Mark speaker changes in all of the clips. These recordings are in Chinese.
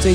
Speaker 1: 最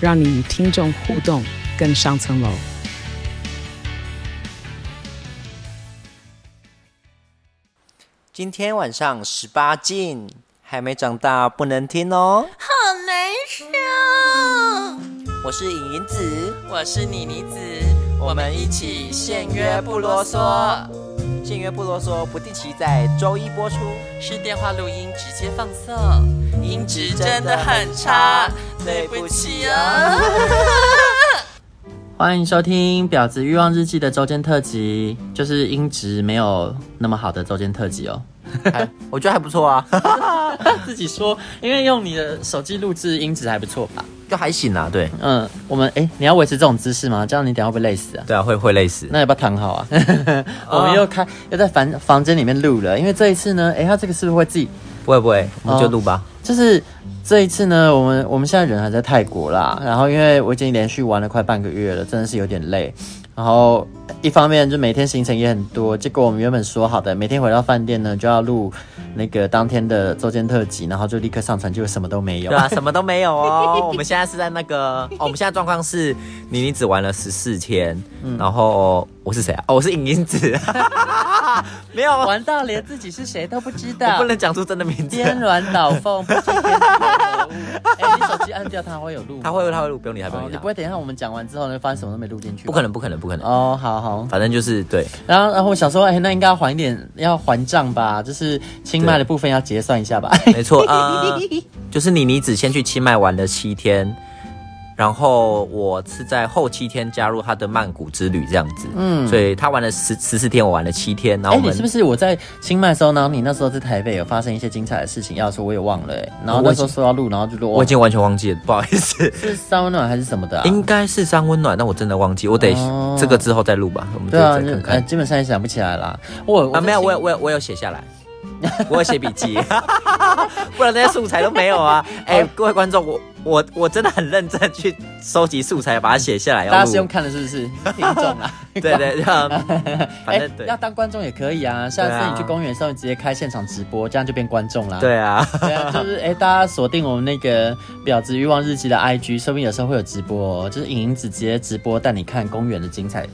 Speaker 1: 让你与听众互动更上层楼。
Speaker 2: 今天晚上十八禁，还没长大不能听哦。
Speaker 3: 好难受。
Speaker 2: 我是尹银子，
Speaker 4: 我是妮妮子，
Speaker 2: 我们一起限约不啰嗦。限约不啰嗦，不定期在周一 播出。
Speaker 4: 是电话录音直接放送，音质真的很差，对不起 哦。欢迎收听《婊子欲望日记》的周间特辑，就是音质没有那么好的周间特辑哦。
Speaker 2: 还哎我觉得还不错啊，
Speaker 4: 自己说，因为用你的手机录制音质还不错吧？
Speaker 2: 就还行啊。对，
Speaker 4: 嗯，我们哎、你要维持这种姿势吗？这样你等一下会不会累死啊？
Speaker 2: 对啊，会会累死。
Speaker 4: 那要不要躺好啊？ 我们又开又在房房间里面录了，因为这一次呢，哎、他这个是不是会自己？
Speaker 2: 不会不会，我们就录吧。
Speaker 4: 就是这一次呢，我们我们现在人还在泰国啦，然后因为我已经连续玩了快半个月了，真的是有点累。然后一方面就每天行程也很多，结果我们原本说好的每天回到饭店呢就要录那个当天的周间特辑，然后就立刻上传，结果什么都没有
Speaker 2: 对。 啊，什么都没有哦。我们现在是在那个，哦、我们现在状况是，妮妮只玩了十四天，
Speaker 4: 嗯
Speaker 2: 然后我是谁啊？哦，我是尹英 子，没有，我
Speaker 4: 玩到连自己是谁都不知
Speaker 2: 不
Speaker 4: 道，
Speaker 2: 能讲出真的名字。
Speaker 4: 颠鸾倒凤，不知天地何物。哎、你手机按掉，它会有录，
Speaker 2: 他会他会录，不用理他，不
Speaker 4: 哦
Speaker 2: 用理
Speaker 4: 你
Speaker 2: 他
Speaker 4: 不。会等一下我们讲完之后呢，发现什么都没录进去吧？
Speaker 2: 不可能，不可能，不可能。
Speaker 4: 哦，好好，
Speaker 2: 反正就是对，
Speaker 4: 然后，然后我想说，哎、那应该要还一点，要还账吧，就是清迈的部分要结算一下吧。哎
Speaker 2: 没错啊、 呃就是你妮子先去清迈玩了七天，然后我是在后七天加入他的曼谷之旅这样子，嗯，所以他玩了十十四天，我玩了七天，然
Speaker 4: 哎、
Speaker 2: 后我
Speaker 4: 你
Speaker 2: 们、
Speaker 4: 是不是我在清迈的时候，然后你那时候在台北有发生一些精彩的事情要说，我也忘了、哎，然后那时候说要录，然后就录，
Speaker 2: 我已经完全忘记了，不好意思，
Speaker 4: 是三温暖还是什么的、啊？
Speaker 2: 应该是三温暖，但我真的忘记，我得、
Speaker 4: 哦
Speaker 2: 这个之后再录吧，我们
Speaker 4: 对
Speaker 2: 再、
Speaker 4: 啊，
Speaker 2: 再
Speaker 4: 就
Speaker 2: 看看
Speaker 4: 呃，。基本上也想不起来啦。我我
Speaker 2: 啊，没哎有，我有
Speaker 4: 我
Speaker 2: 我有我有写下来， 我有写笔记， 不然那些素材都没有 啊。哎、各位观众，我我我真的很认真去收集素材，把它写下来要录。
Speaker 4: 大家是用看的，是不是？听众啊，
Speaker 2: 对 对对，啊反正
Speaker 4: 哎
Speaker 2: 对、
Speaker 4: 要当观众也可以啊。下
Speaker 2: 对啊
Speaker 4: 次你去公园的时候，你直接开现场直播，这样就变观众啦。
Speaker 2: 对啊，
Speaker 4: 对啊，就是哎、大家锁定我们那个《婊子欲望日记》的 IG，说不定有时候会有直播、哦，就是影影子直接直播带你看公园的精彩。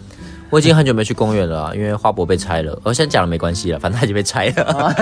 Speaker 2: 我已经很久没去公园了啊、因为花博被拆了。我现在讲了没关系了，反正它已经被拆了。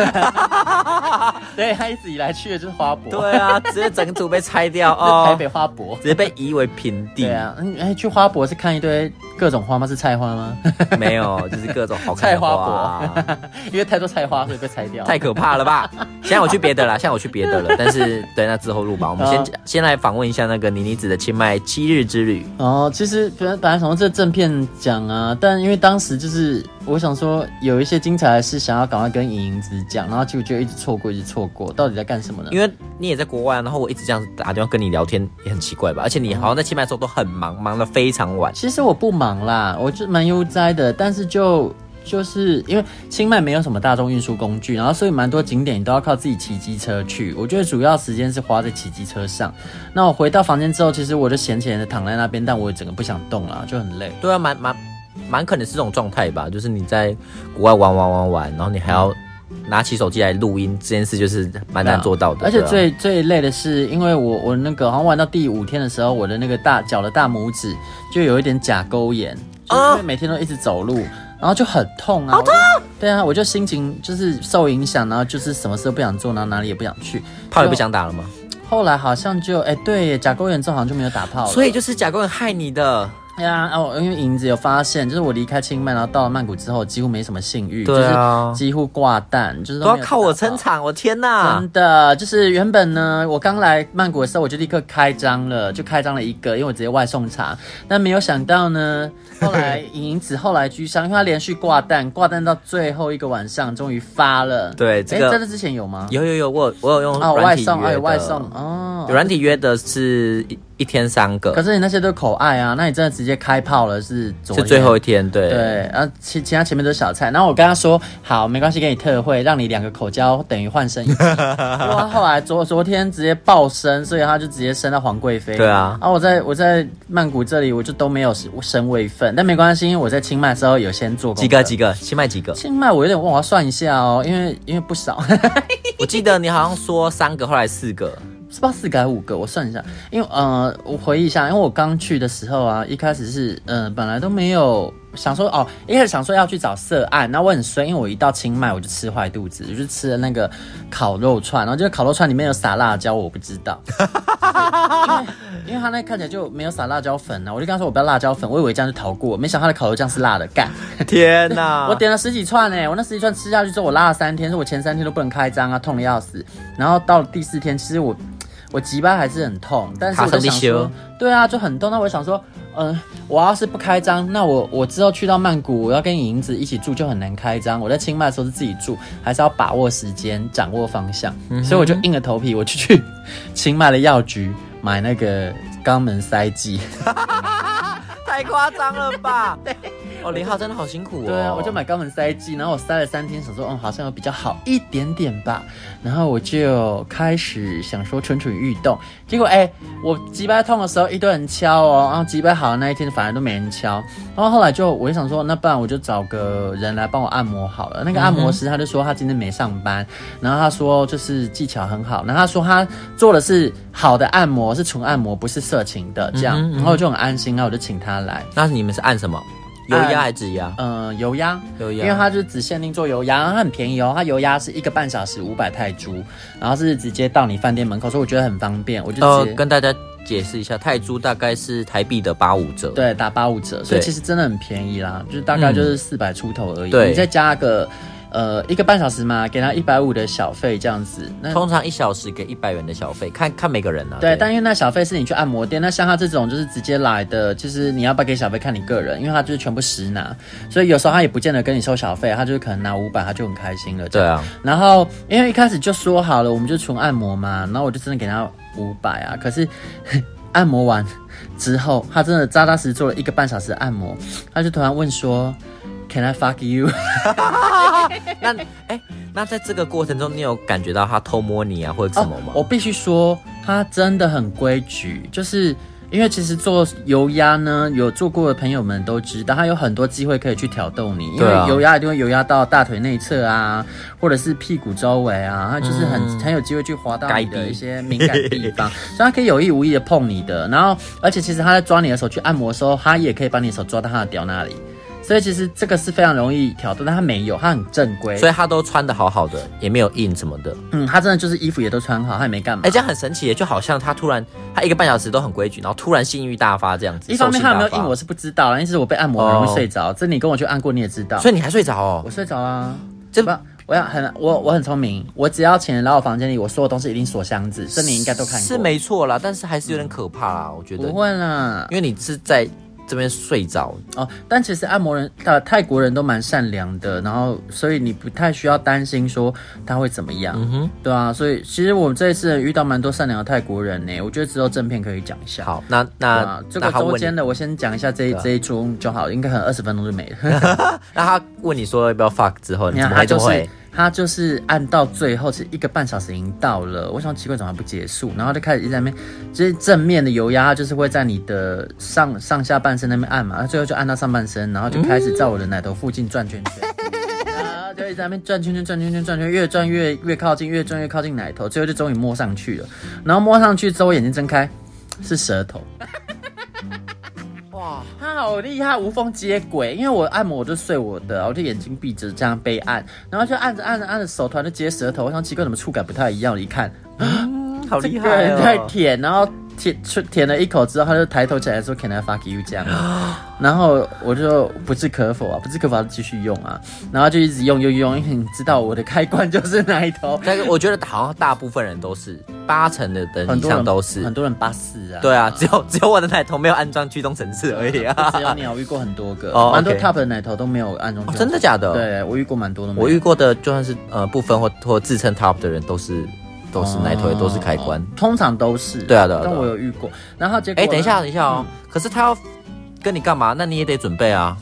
Speaker 4: 对他一直以来去的就是花博，
Speaker 2: 对啊，直接整组被 拆掉
Speaker 4: 就是台
Speaker 2: 哦
Speaker 4: 北，花博。
Speaker 2: 直接被夷为平地。
Speaker 4: 对啊，嗯，哎、去花博是看一堆各种花吗？是菜花吗？
Speaker 2: 没有，就是各种好看
Speaker 4: 菜
Speaker 2: 的
Speaker 4: 花
Speaker 2: 花
Speaker 4: 博
Speaker 2: 啊，
Speaker 4: 因为太多菜花所以被拆 掉。
Speaker 2: 太可怕了吧！现在我去别的啦，现在我去别的 了。但是对，那之后录吧。我们先、
Speaker 4: 好
Speaker 2: 先来访问一下那个妮妮子的清迈七日之旅。
Speaker 4: 哦，其实本来本来想说这正片讲啊，但因为当时就是我想说有一些精彩的事想要赶快跟莹莹子讲，然后结果就一直错过，一直错过，到底在干什么呢？
Speaker 2: 因为你也在国外，然后我一直这样子打电话跟你聊天也很奇怪吧？而且你好像在清迈的时候都很忙，忙得非常晚。
Speaker 4: 其实我不忙啦，我就蛮悠哉的，但是就就是因为清迈没有什么大众运输工具，然后所以蛮多景点你都要靠自己骑机车去。我觉得主要时间是花在骑机车上。那我回到房间之后，其实我就闲闲的躺在那边，但我整个不想动啦，就很累。
Speaker 2: 对啊，蛮蛮蛮可能是这种状态吧，就是你在国外玩玩玩玩，然后你还要拿起手机来录音，这件事就是蛮难做到的。
Speaker 4: 而且
Speaker 2: 对啊
Speaker 4: 最最累的是，因为我我那个好像玩到第五天的时候，我的那个大脚的大拇指就有一点甲沟炎，就是因为每天都一直走路，然后就很痛啊，好痛！对啊，我就心情就是受影响，然后就是什么事都不想做，然后哪里也不想去。
Speaker 2: 炮也不想打了吗？
Speaker 4: 后来好像就哎、对耶，甲沟炎之后好像就没有打炮了。
Speaker 2: 所以就是甲沟人害你的，
Speaker 4: 哎呀，哦，因为影子有发现，就是我离开清迈，然后到了曼谷之后，几乎没什么性欲，
Speaker 2: 对啊
Speaker 4: 就是几乎挂蛋，就是
Speaker 2: 都
Speaker 4: 都没
Speaker 2: 要
Speaker 4: 有
Speaker 2: 靠我
Speaker 4: 打
Speaker 2: 撑
Speaker 4: 炮
Speaker 2: 场，我天呐！
Speaker 4: 真的，就是原本呢，我刚来曼谷的时候，我就立刻开张
Speaker 2: 嗯
Speaker 4: 了，就开张了一个，因为我直接外送茶。但没有想 到呢，后来尹莹子后来居上，因为她连续挂蛋，挂蛋到最后一个晚上终于发了。
Speaker 2: 对这个
Speaker 4: 诶在这之前有吗？
Speaker 2: 有有有，我有我有用
Speaker 4: 哦，
Speaker 2: 软
Speaker 4: 外
Speaker 2: 体
Speaker 4: 送，
Speaker 2: 约
Speaker 4: 哎，
Speaker 2: 的
Speaker 4: 外送，哦，哦
Speaker 2: 对软体约的是一一天三个，
Speaker 4: 可是你那些都是口爱啊，那你真的直接开炮了是昨
Speaker 2: 是
Speaker 4: 天
Speaker 2: 最后一天，对
Speaker 4: 对，然后其其他前面都是小菜。然后我跟他说，好，没关系，给你特惠，让你两个口交等于换升 一级。哇，后来昨昨天直接爆升，所以他就直接升到皇贵妃。
Speaker 2: 对啊
Speaker 4: 然后我在我在曼谷这里，我就都没有升位份，但没关系，因为我在清迈的时候有先做
Speaker 2: 几个
Speaker 4: 几
Speaker 2: 几个清迈几个，
Speaker 4: 清迈我有点忘，我要算一下哦，因为因为不少，
Speaker 2: 我记得你好像说三个，后来四 个，
Speaker 4: 是吧？四个还是五个？我算一下，因为呃，我回忆一下，因为我刚去的时候啊，一开始是呃，本来都没有想说哦，一开始想说要去找色案，那我很衰，因为我一到清迈我就吃坏肚子，我就吃了那个烤肉串，然后这个烤肉串里面有撒辣椒，我不知道， 因为因为它那看起来就没有撒辣椒粉啊，我就跟他说我不要辣椒粉，我以为这样就逃过，没想到它的烤肉酱是辣的，干。
Speaker 2: 天哪
Speaker 4: 我点了十几串呢、我那十几串吃下去之后，我拉了三天，是我前三天都不能开张啊，痛的要死。然后到了第四天，其实我我脊背还是很痛，但是我就想
Speaker 2: 卡上地
Speaker 4: 说
Speaker 2: 修，
Speaker 4: 对啊，就很痛。那我想说，嗯、我要是不开张，那我我之后去到曼谷，我要跟银子一起住就很难开张。我在清迈的时候是自己住，还是要把握时间，掌握方向。所以我就硬着头皮，我就去 清迈的药局买那个肛门塞剂。
Speaker 2: 太夸张了 吧？哦，林浩真的好辛苦哦。
Speaker 4: 对啊，我就买肛门塞剂，然后我塞了三天，想说，嗯，好像有比较好一点点吧。然后我就开始想说蠢蠢欲动，结果哎、我脊背痛的时候一堆人敲哦，然后脊背好的那一天反而都没人敲。然后后来就我就想说，那不然我就找个人来帮我按摩好了。那个按摩师他就说他今天没上班，然后他说就是技巧很好，然后他说他做的是好的按摩，是纯按摩，不是色情的这样。
Speaker 2: 嗯哼嗯哼
Speaker 4: 然后我就很安心啊，我就请他来。
Speaker 2: 那你们是按什么？油压还是指啊压？
Speaker 4: 嗯，油压，
Speaker 2: 油压
Speaker 4: 因为它就只限定做油压，然后它很便宜哦，它油压是一个半小时五百泰铢，然后是直接到你饭店门口，所以我觉得很方便，我就
Speaker 2: 呃
Speaker 4: 直接、，
Speaker 2: 跟大家解释一下，泰铢大概是台币的八五折。，
Speaker 4: 对打八五折，所
Speaker 2: 对
Speaker 4: 以
Speaker 2: 嗯
Speaker 4: 其实真的很便宜啦，就是大概就是四百出头而已，
Speaker 2: 对
Speaker 4: 你再加个呃一个半小时嘛，给他一百五的小费这样子，那
Speaker 2: 通常一小时给一百元的小费，看看每个人啊。
Speaker 4: 对，但因为那小费是你去按摩店，那像他这种就是直接来的，其实你要不要给小费看你个人，因为他就是全部实拿，所以有时候他也不见得跟你收小费，他就是可能拿五百，他就很开心了。这
Speaker 2: 对
Speaker 4: 样
Speaker 2: 啊，
Speaker 4: 然后因为一开始就说好了，我们就纯按摩嘛，然后我就真的给他五百啊。可是按摩完之后，他真的扎扎实实做了一个半小时的按摩，他就突然问说：“Can I fuck you？”
Speaker 2: 那哎，那在这个过程中，你有感觉到他偷摸你啊，或者什么吗？
Speaker 4: 我必须说，他真的很规矩，就是。因为其实做油压呢，有做过的朋友们都知道，它有很多机会可以去挑逗你。因为
Speaker 2: 对啊
Speaker 4: 油压一定会油压到大腿内侧啊，或者是屁股周围啊，它就是很、
Speaker 2: 嗯
Speaker 4: 很有机会去滑到你
Speaker 2: 该
Speaker 4: 的
Speaker 2: 地
Speaker 4: 一些敏感地方，
Speaker 2: 嗯
Speaker 4: 所以它可以有意无意的碰你的。然后，而且其实他在抓你的手去按摩的时候，他也可以把你的手抓到他的屌那里。所以其实这个是非常容易挑逗，但他没有，他很正规。
Speaker 2: 所以他都穿的好好的，也没有印什么的。
Speaker 4: 嗯，他真的就是衣服也都穿好，他也没干嘛。
Speaker 2: 哎，这样很神奇耶，就好像他突然，他一个半小时都很规矩，然后突然性欲大发这样子。
Speaker 4: 一方
Speaker 2: 兽
Speaker 4: 面
Speaker 2: 性
Speaker 4: 他有
Speaker 2: 大
Speaker 4: 没
Speaker 2: 发
Speaker 4: 有硬我，是不知道啦，因为是我被按摩很容易睡着。这你跟我去按过你也知道，
Speaker 2: 所以你还睡着哦
Speaker 4: 啊我？睡着啊。
Speaker 2: 这
Speaker 4: 不，我要很我我很聪明，我只要请人来我房间里，我所有东西一定锁箱子，这你应该都看过。
Speaker 2: 是没错啦，但是还是有点可怕啦，我觉得
Speaker 4: 不。会啦
Speaker 2: 因为你是在这边睡着，
Speaker 4: 哦，但其实按摩人呃泰国人都蛮善良的，然后所以你不太需要担心说他会怎么样，
Speaker 2: 嗯哼。
Speaker 4: 对啊，所以其实我们这一次遇到蛮多善良的泰国人呢，我觉得只有正片可以讲一下。
Speaker 2: 好，那
Speaker 4: 对
Speaker 2: 那、
Speaker 4: 啊，这
Speaker 2: 那
Speaker 4: 个
Speaker 2: 他
Speaker 4: 周
Speaker 2: 问
Speaker 4: 间
Speaker 2: 你，啊
Speaker 4: 的我先讲一下这一这一出就好，应该很二十分钟就没了。
Speaker 2: 那他问你说要不要 fuck 之后，你
Speaker 4: 你
Speaker 2: 怎
Speaker 4: 看
Speaker 2: 么
Speaker 4: 他
Speaker 2: 会这
Speaker 4: 就
Speaker 2: 么
Speaker 4: 是
Speaker 2: 会？
Speaker 4: 他就是按到最后是一个半小时已经到了，我想奇怪怎么还不结束，然后就开始一直在那边，就是正面的油压，它就是会在你的上上下半身那边按嘛，然后最后就按到上半身，然后就开始在我的奶头附近转圈圈。然后就一直在那边转圈圈转圈圈转圈，越转越越靠近，越转越靠近奶头，最后就终于摸上去了。然后摸上去之后，我眼睛睁开，是舌头。
Speaker 2: 哇，
Speaker 4: 他好厉害，无缝接轨。因为我按摩我就睡我的，我就眼睛闭着这样被按，然后就按着按着按着手突然就接舌头，我想奇怪怎么触感不太一样，我一看
Speaker 2: 好
Speaker 4: 这
Speaker 2: 厉
Speaker 4: 个
Speaker 2: 害
Speaker 4: 人在
Speaker 2: 哦！
Speaker 4: 舔，然后舔吃舔了一口之后，他就抬头起来说 “Can I fuck you” 这样， 然后我就不置可否啊，不置可否他就继续用啊，然后就一直用用用，因为你知道我的开关就是那一 头，
Speaker 2: 但是我觉得好像大部分人都是，八成的人
Speaker 4: 很
Speaker 2: 以
Speaker 4: 多人
Speaker 2: 上都
Speaker 4: 很
Speaker 2: 是。
Speaker 4: 多人八四啊，
Speaker 2: 对啊，只有只有我的奶头没有安装驱动程式而 已啊！
Speaker 4: 不只有你啊，我遇过很多个，
Speaker 2: 哦
Speaker 4: 蛮多
Speaker 2: OK
Speaker 4: top 的奶头都没有按中、
Speaker 2: 哦真的假的
Speaker 4: 对我遇过蛮多的，
Speaker 2: 我遇过的就算是呃不分或或自称 top 的人，都是都是奶头也都是开关。
Speaker 4: 哦通常都是。
Speaker 2: 对啊对啊对啊
Speaker 4: 哦但我有遇过，嗯然后结果
Speaker 2: 哎、
Speaker 4: 呢，
Speaker 2: 等一下，等一下哦。可是他要跟你干嘛？那你也得准备啊。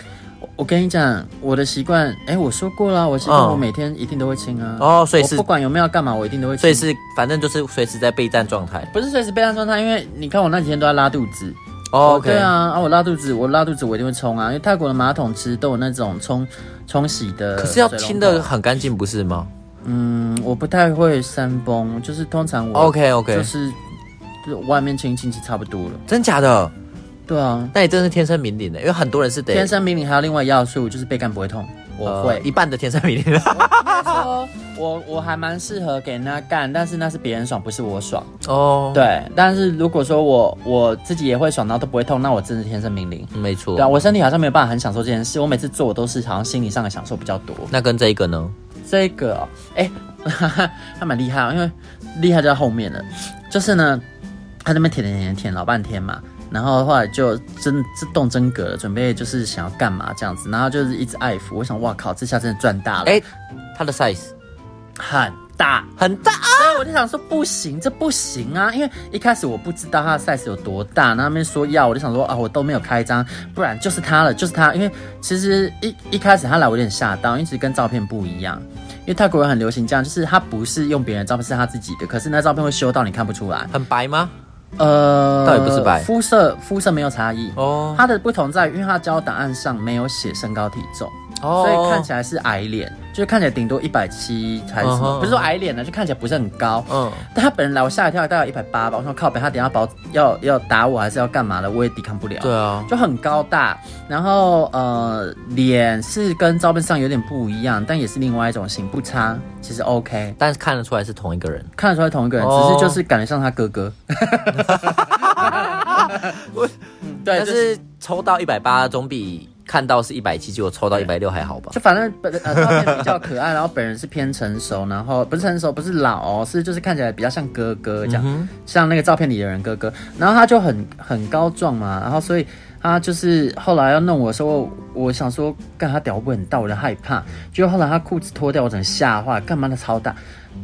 Speaker 4: 我跟你讲，我的习惯，哎，我说过啦，我习惯
Speaker 2: 嗯
Speaker 4: 我每天一定都会清啊。
Speaker 2: 哦所以
Speaker 4: 我
Speaker 2: 是
Speaker 4: 不管有没有干嘛，我一定都会清。
Speaker 2: 所以是反正就是随时在备战状态。
Speaker 4: 不是随时备战状态？因为你看我那几天都在拉肚子。
Speaker 2: 哦
Speaker 4: 对，啊，啊我拉肚子，我拉肚子我一定会冲啊，因为泰国的马桶其实都有那种冲冲洗的水龙头。
Speaker 2: 可是要清的很干净，不是吗
Speaker 4: 嗯，我不太会山崩，就是通常我
Speaker 2: ？OK 哦 OK，
Speaker 4: 就是就是外面清一清就差不多了。
Speaker 2: 真假的？
Speaker 4: 对啊，
Speaker 2: 那你真是天生敏灵的，因为很多人是得
Speaker 4: 天生明灵还有另外一要素就是被干不会痛，我
Speaker 2: 呃
Speaker 4: 会。啊
Speaker 2: 一半的天生敏灵。
Speaker 4: 说我我还蛮适合给人家干，但是那是别人爽，不是我爽。
Speaker 2: 哦，
Speaker 4: 对，但是如果说我我自己也会爽到都不会痛，那我真的是天生明灵。
Speaker 2: 没错。
Speaker 4: 对啊，我身体好像没有办法很享受这件事，我每次做我都是好像心理上的享受比较多。
Speaker 2: 那跟这一个呢？
Speaker 4: 这个、哦，哎、哈哈， 他蛮厉害、哦，因为厉害就在后面了。就是呢，他那边舔舔舔舔老半天嘛，然后后来就真自动真格了，准备就是想要干嘛这样子，然后就是一直爱抚。我想，哇靠，这下真的赚大了，
Speaker 2: 哎、它的 size
Speaker 4: 很大。
Speaker 2: 很大啊，
Speaker 4: 所以我就想说不行，这不行啊！因为一开始我不知道它的 size 有多大，然后那边说要，我就想说啊，我都没有开张，不然就是它了，就是它。因为其实一一开始它来我有点吓到，因为其实跟照片不一样。因为泰国人很流行这样，就是他不是用别人的照片，是他自己的，可是那照片会修到你看不出来。
Speaker 2: 很白吗？
Speaker 4: 呃，
Speaker 2: 倒也不是白
Speaker 4: 肤色肤色没有差异。
Speaker 2: 哦
Speaker 4: 它的不同在于，因为它交友档案上没有写身高体重，
Speaker 2: 哦
Speaker 4: 所以看起来是矮脸，就是看起来顶多一百七还是什
Speaker 2: 嗯
Speaker 4: 么，
Speaker 2: 哼
Speaker 4: 不是说矮脸呢，啊就看起来不是很高。
Speaker 2: 嗯
Speaker 4: 但他本人来，我吓一跳，大概一百八吧。我说靠北，他等一下保要要打我还是要干嘛的，我也抵抗不了。
Speaker 2: 对啊，
Speaker 4: 就很高大，然后呃，脸是跟照片上有点不一样，但也是另外一种型，不差，其实 OK，
Speaker 2: 但是看得出来是同一个人。
Speaker 4: 看得出来同一个人，
Speaker 2: 哦
Speaker 4: 只是就是感觉像他 哥哥。嗯对，
Speaker 2: 但
Speaker 4: 就是
Speaker 2: 抽到一百八总比看到是一百七，结果抽到一百六还好 吧？
Speaker 4: 就反正本呃照片比较可爱，然后本人是偏成熟，然后不是成熟，不是老、哦，是就是看起来比较像哥哥这样，像那个照片里的人哥哥。然后他就很很高壮嘛，然后所以他就是后来要弄我的时候，我想说干他屌不很大，我就害怕。结果后来他裤子脱掉，我整个吓坏，干嘛的超大。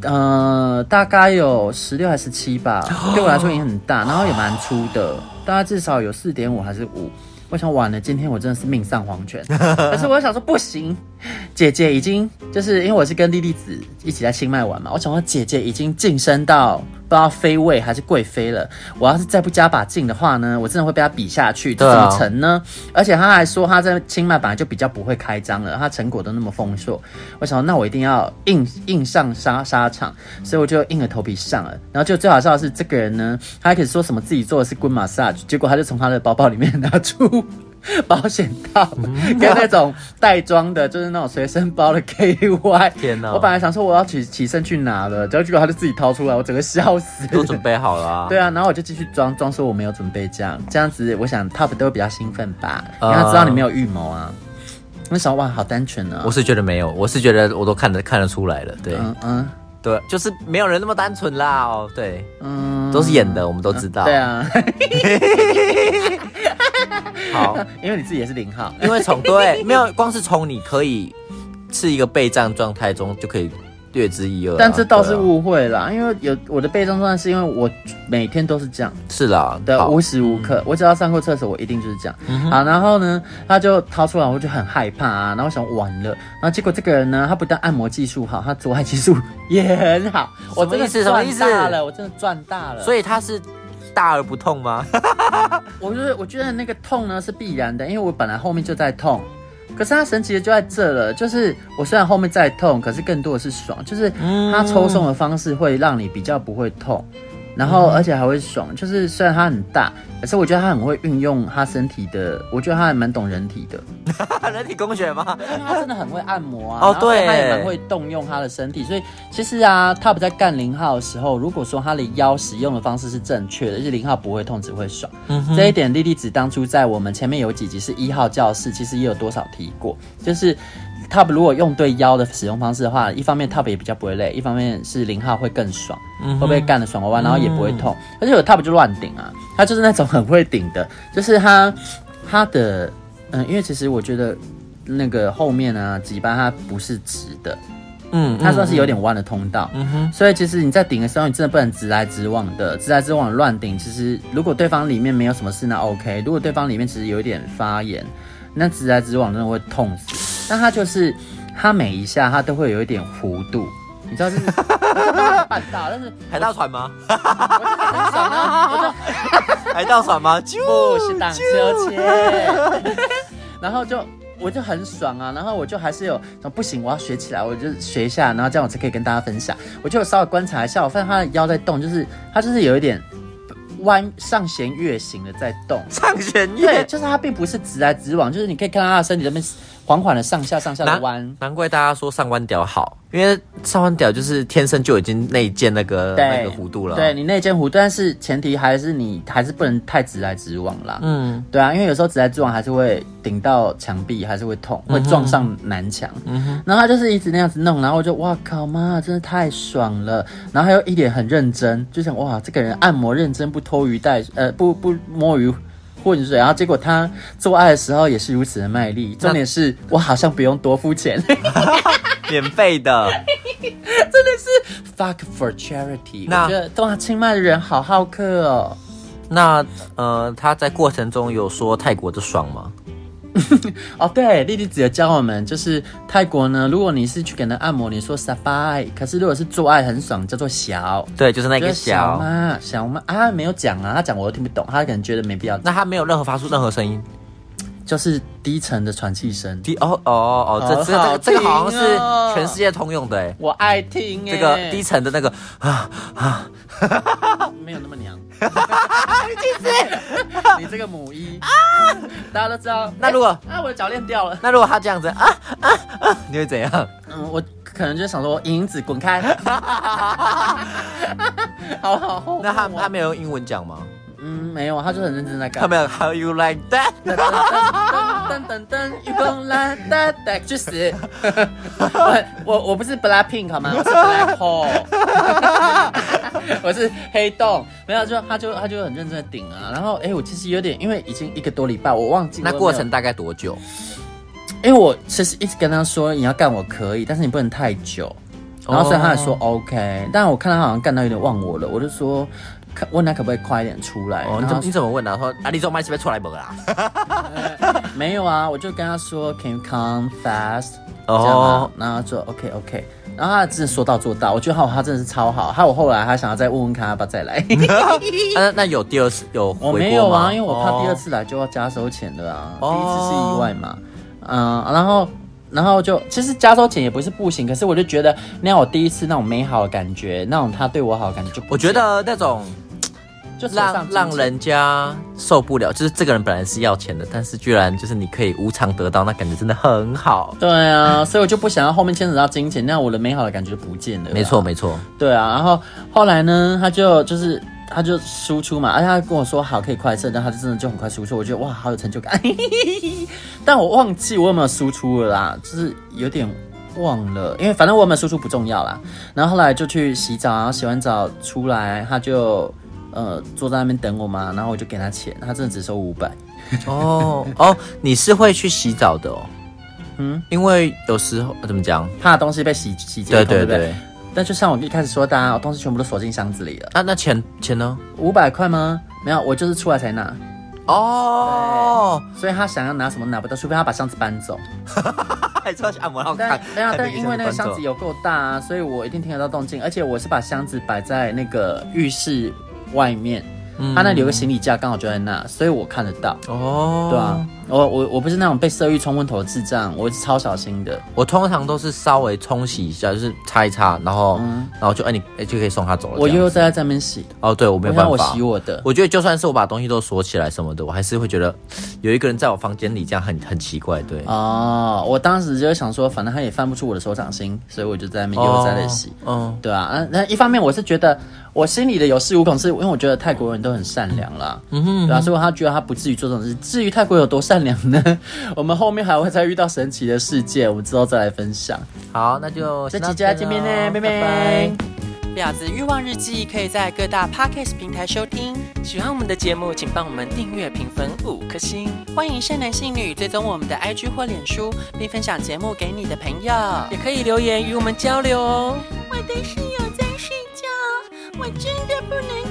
Speaker 4: 呃，大概有十六还是七吧，对我来说也很大，然后也蛮粗的，大概至少有四点五还是五。我想完了，今天我真的是命丧黄泉。 但是我想说不行，姐姐已经就是因为我是跟莉莉子一起在清迈玩嘛，我想说姐姐已经晋升到不知道妃位还是贵妃了。我要是再不加把劲的话呢，我真的会被她比下去，这
Speaker 2: 对
Speaker 4: 怎
Speaker 2: 啊
Speaker 4: 么成呢？而且她还说她在清迈本来就比较不会开张了，她成果都那么丰硕，我想说那我一定要硬硬上沙沙场，所以我就硬着头皮上了。然后就最好笑的是，这个人呢，他还可以说什么自己做的是 good massage，结果他就从他的包包里面拿出保险套
Speaker 2: 嗯
Speaker 4: 跟那种袋装的，就是那种随身包的 KY。
Speaker 2: 天哪
Speaker 4: 我本来想说我要起起身去拿了，结果结果他就自己掏出来，我整个笑死。
Speaker 2: 都准备好了啊。
Speaker 4: 对啊，然后我就继续装装说我没有准备这样，这样子我想 Top 都会比较兴奋吧，因为他知道你没有预谋啊。那时候哇，好单纯啊
Speaker 2: 我。是觉得没有，我是觉得我都看得看得出来了，对、
Speaker 4: 嗯嗯
Speaker 2: 对，啊就是没有人那么单纯啦，哦，对，
Speaker 4: 嗯，
Speaker 2: 都是演的，我们都知道。
Speaker 4: 对，啊，
Speaker 2: 好，
Speaker 4: 因为你自己也是零号。
Speaker 2: 因为从对啊没有，光是从你可以是一个备战状态中就可以略知一二啊、
Speaker 4: 但这倒是
Speaker 2: 对啊
Speaker 4: 误会啦，因为有我的被动状态是因为我每天都是这样
Speaker 2: 是啦，
Speaker 4: 的，
Speaker 2: 好嗯
Speaker 4: 无时无刻，我只要上过厕所，我一定就是这样。好，然后呢，他就掏出来，我就很害怕啊，然后我想完了，然后结果这个人呢，他不但按摩技术好，他做爱技术 也很好，我真的
Speaker 2: 什么意思什
Speaker 4: 赚大
Speaker 2: 么意思
Speaker 4: 了，我真的赚大了。
Speaker 2: 所
Speaker 4: 以
Speaker 2: 以他是大而不痛吗？
Speaker 4: 我就是我觉得那个痛呢是必然的，因为我本来后面就在痛。可是他神奇的就在这了，就是我虽然后面在痛，可是更多的是爽，就是他抽送的方式会让你比较不会痛，然后而且还会爽。就是虽然他很大，可是我觉得他很会运用他身体的，我觉得他还蛮懂人体的，
Speaker 2: 人体工学吗？
Speaker 4: 因为他真的很会按摩啊。
Speaker 2: 哦
Speaker 4: 然后
Speaker 2: 对
Speaker 4: 他也蛮会动用他的身体，所以其实啊，他不在干零号的时候，如果说他的腰使用的方式是正确的，就是零号不会痛，只会爽。
Speaker 2: 嗯
Speaker 4: 这一点，莉莉子当初在我们前面有几集是一号教室，其实也有多少提过，就是 Top 如果用对腰的使用方式的话，一方面 Top 也比较不会累，一方面是零号会更爽，会被干的爽歪歪，然后也不会
Speaker 2: 嗯
Speaker 4: 痛，而且有 Top 就乱顶啊，他就是那种很会顶的，就是他他的呃嗯，因为其实我觉得那个后面呢、啊，几巴它不是直的，
Speaker 2: 嗯
Speaker 4: 它算是有点弯的通道。嗯哼，所以其实你在顶的时候，你真的不能直来直往的，直来直往乱顶。其实如果对方里面没有什么事，那 OK；如果对方里面其实有一点发炎，那直来直往真的会痛死。但它就是它每一下它都会有一点弧度，你知道就是 绊到，但是
Speaker 2: 海盗船吗？
Speaker 4: 我真的很爽啊！我就
Speaker 2: 海盗船吗？啾
Speaker 4: 不是荡秋千。然后就我就很爽啊，然后我就还是有不行，我要学起来，我就学一下，然后这样我才可以跟大家分享。我就稍微观察一下，我发现他的腰在动，就是他就是有一点弯上弦月形的在动。
Speaker 2: 上弦
Speaker 4: 对，
Speaker 2: 月。
Speaker 4: 就是他并不是直来直往，就是你可以看到他的身体这边缓缓的上下上下的弯
Speaker 2: 难。难怪大家说上弯屌好，因为上弯屌就是天生就已经内建那个
Speaker 4: 对，
Speaker 2: 那个弧度了。
Speaker 4: 对，你内间弧度，但是前提还是你还是不能太直来直往啦。
Speaker 2: 嗯，
Speaker 4: 对啊，因为有时候直来直往还是会顶到墙壁，还是会痛，会撞上南墙。然后他就是一直那样子弄，然后我就哇靠妈，真的太爽了。然后他又一脸很认真，就想哇，这个人按摩认真，不偷鱼带呃不不摸鱼浑水。然后结果他做爱的时候也是如此的卖力，重点是我好像不用多付钱
Speaker 2: 免费的。
Speaker 4: ，fuck for charity。
Speaker 2: 那
Speaker 4: 我觉得哇，清迈的人好好客哦。
Speaker 2: 那呃，他在过程中有说泰国的爽吗？
Speaker 4: 哦，对，丽丽只有教我们，就是泰国呢，如果你是去给人按摩，你说 sabai，可是如果是做爱很爽，叫做小，
Speaker 2: 对，就是那
Speaker 4: 就
Speaker 2: 个
Speaker 4: 是小
Speaker 2: 小。
Speaker 4: 嘛，小嘛啊，没有讲啊，他讲我都听不懂，他可能觉得没必要，
Speaker 2: 那他没有任何发出任何声音。
Speaker 4: 就是低沉的喘气声。
Speaker 2: 第哦哦哦，这这
Speaker 4: 好
Speaker 2: 个这个这个好
Speaker 4: 好
Speaker 2: 像
Speaker 4: 听
Speaker 2: 是
Speaker 4: 哦
Speaker 2: 全世界通用的哎、
Speaker 4: 我爱听、欸，
Speaker 2: 这个低沉的那个啊啊，
Speaker 4: 没有那么娘， 你这个母一啊，大家都知道。
Speaker 2: 那如果
Speaker 4: 哎啊，我的脚链掉了，
Speaker 2: 那如果他这样子啊啊啊，你会怎样？
Speaker 4: 嗯，我可能就想说，银子滚 开，好好后悔哦。
Speaker 2: 那他他没有用英文讲吗？
Speaker 4: 嗯没有，他就很认真在干
Speaker 2: 他。没有 How you like that？
Speaker 4: 噔噔噔，一共来哒哒，去死！我我我不是 Blackpink 好吗？我是 Black Hole，我是黑洞。没有，就他就他就很认真的顶啊。然后哎、我其实有点，因为已经一个多礼拜，我忘记
Speaker 2: 那
Speaker 4: 我有没有
Speaker 2: 过程，大概多久？
Speaker 4: 因为我其实一直跟他说你要干我可以，但是你不能太久。然后所以他也说 OK，但我看他好像干到有点忘我了，我就说。看问他可不可以快一点出来？
Speaker 2: 哦，
Speaker 4: 然
Speaker 2: 你怎
Speaker 4: 后他
Speaker 2: 么你怎么问啊？说啊，你做麦是不是出来没啦？
Speaker 4: 没有啊，我就跟他说 Can you come fast？
Speaker 2: 哦
Speaker 4: 哦，然后他说 OK OK，然后他真的说到做到，我觉得他他真的是超好。还有我后来还想要再问问看他要不要再来，
Speaker 2: 啊那那有第二次有回
Speaker 4: 我
Speaker 2: 过吗
Speaker 4: 没有啊，因为我怕第二。
Speaker 2: 哦
Speaker 4: 次来就要加收钱的啊，
Speaker 2: 哦
Speaker 4: 第一次是意外嘛，嗯，然后。然后就其实加收钱也不是不行，可是我就觉得那样我第一次那种美好的感觉，那种他对我好的感觉就不
Speaker 2: 哦我觉
Speaker 4: 见
Speaker 2: 得那种
Speaker 4: 就手上
Speaker 2: 让
Speaker 4: 金
Speaker 2: 让
Speaker 4: 钱
Speaker 2: 人家受不了，就是这个人本来是要钱的，但是居然就是你可以无偿得到，那感觉真的很好。
Speaker 4: 对啊，所以我就不想要后面牵扯到金钱，那样我的美好的感觉就不见了。啊
Speaker 2: 没错，没 错。
Speaker 4: 对啊，然后后来呢，他就就是他就输出嘛，而哎且他跟我说好可以快射，但他就真的就很快输出，我觉得哇，好有成就感。 但我忘记我有没有输出了啦，就是有点忘了，因为反正我有没有输出不重要啦。然后后来就去洗澡，然后洗完澡出来，他就呃坐在那边等我嘛，然后我就给他钱，他真的只收五百。
Speaker 2: 哦哦，你是会去洗澡的哦。嗯，因为有时候怎么讲？
Speaker 4: 怕东西被洗洗劫
Speaker 2: 对
Speaker 4: 一空，
Speaker 2: 对
Speaker 4: 对不
Speaker 2: 对。。
Speaker 4: 但就像我一开始说的、啊，我东西全部都锁进箱子里了。
Speaker 2: 那那钱钱呢？
Speaker 4: 五百块吗？没有，我就是出来才拿。
Speaker 2: 哦，
Speaker 4: 所以他想要拿什么拿不到，除非他把箱子搬走。
Speaker 2: 还说按摩让我
Speaker 4: 但
Speaker 2: 看。
Speaker 4: 没有，
Speaker 2: 看
Speaker 4: 但因为那个箱子
Speaker 2: 搬走
Speaker 4: 有够大啊，所以我一定听得到动静。而且我是把箱子摆在那个浴室外面，他
Speaker 2: 嗯
Speaker 4: 那里有个行李架，刚好就在那，所以我看得到。
Speaker 2: 哦，
Speaker 4: 对啊，，我我我不是那种被色欲冲昏头的智障，我是超小心的。
Speaker 2: 我通常都是稍微冲洗一下，就是擦一擦，然后然后就哎你哎就可以送他走了。
Speaker 4: 嗯
Speaker 2: 这
Speaker 4: 我
Speaker 2: 样
Speaker 4: 悠悠在在那边洗，
Speaker 2: 哦，对我没
Speaker 4: 我
Speaker 2: 有
Speaker 4: 让
Speaker 2: 办
Speaker 4: 我
Speaker 2: 法
Speaker 4: 洗。我的。
Speaker 2: 我觉得就算是我把东西都锁起来什么的，我还是会觉得有一个人在我房间里这样很很奇怪。对，
Speaker 4: 哦，我当时就想说，反正他也翻不出我的手掌心，所以我就在那边悠悠在那洗。
Speaker 2: 哦，
Speaker 4: 对啊，那那一方面我是觉得我心里的有恃无恐，是因为我觉得泰国人都很善良啦，嗯哼，对啊，所以他觉得他不至于做这种事。至于泰国有多善良呢？ 我们后面还会再遇到神奇的事件，我们之后再来分享。
Speaker 2: 嗯，好，那就
Speaker 4: 这
Speaker 2: 先到
Speaker 4: 期就要
Speaker 2: 边
Speaker 4: 见面
Speaker 2: 咯，
Speaker 4: 呢拜拜
Speaker 2: 拜
Speaker 5: 婊子欲望日记》可以在各大 podcast 平台收听。喜欢我们的节目，请帮我们订阅、评分五颗星。欢迎善男信女追踪我们的 IG 或脸书，并分享节目给你的朋友，也可以留言与我们交流哦。
Speaker 3: 我的室友在睡觉，我真的不能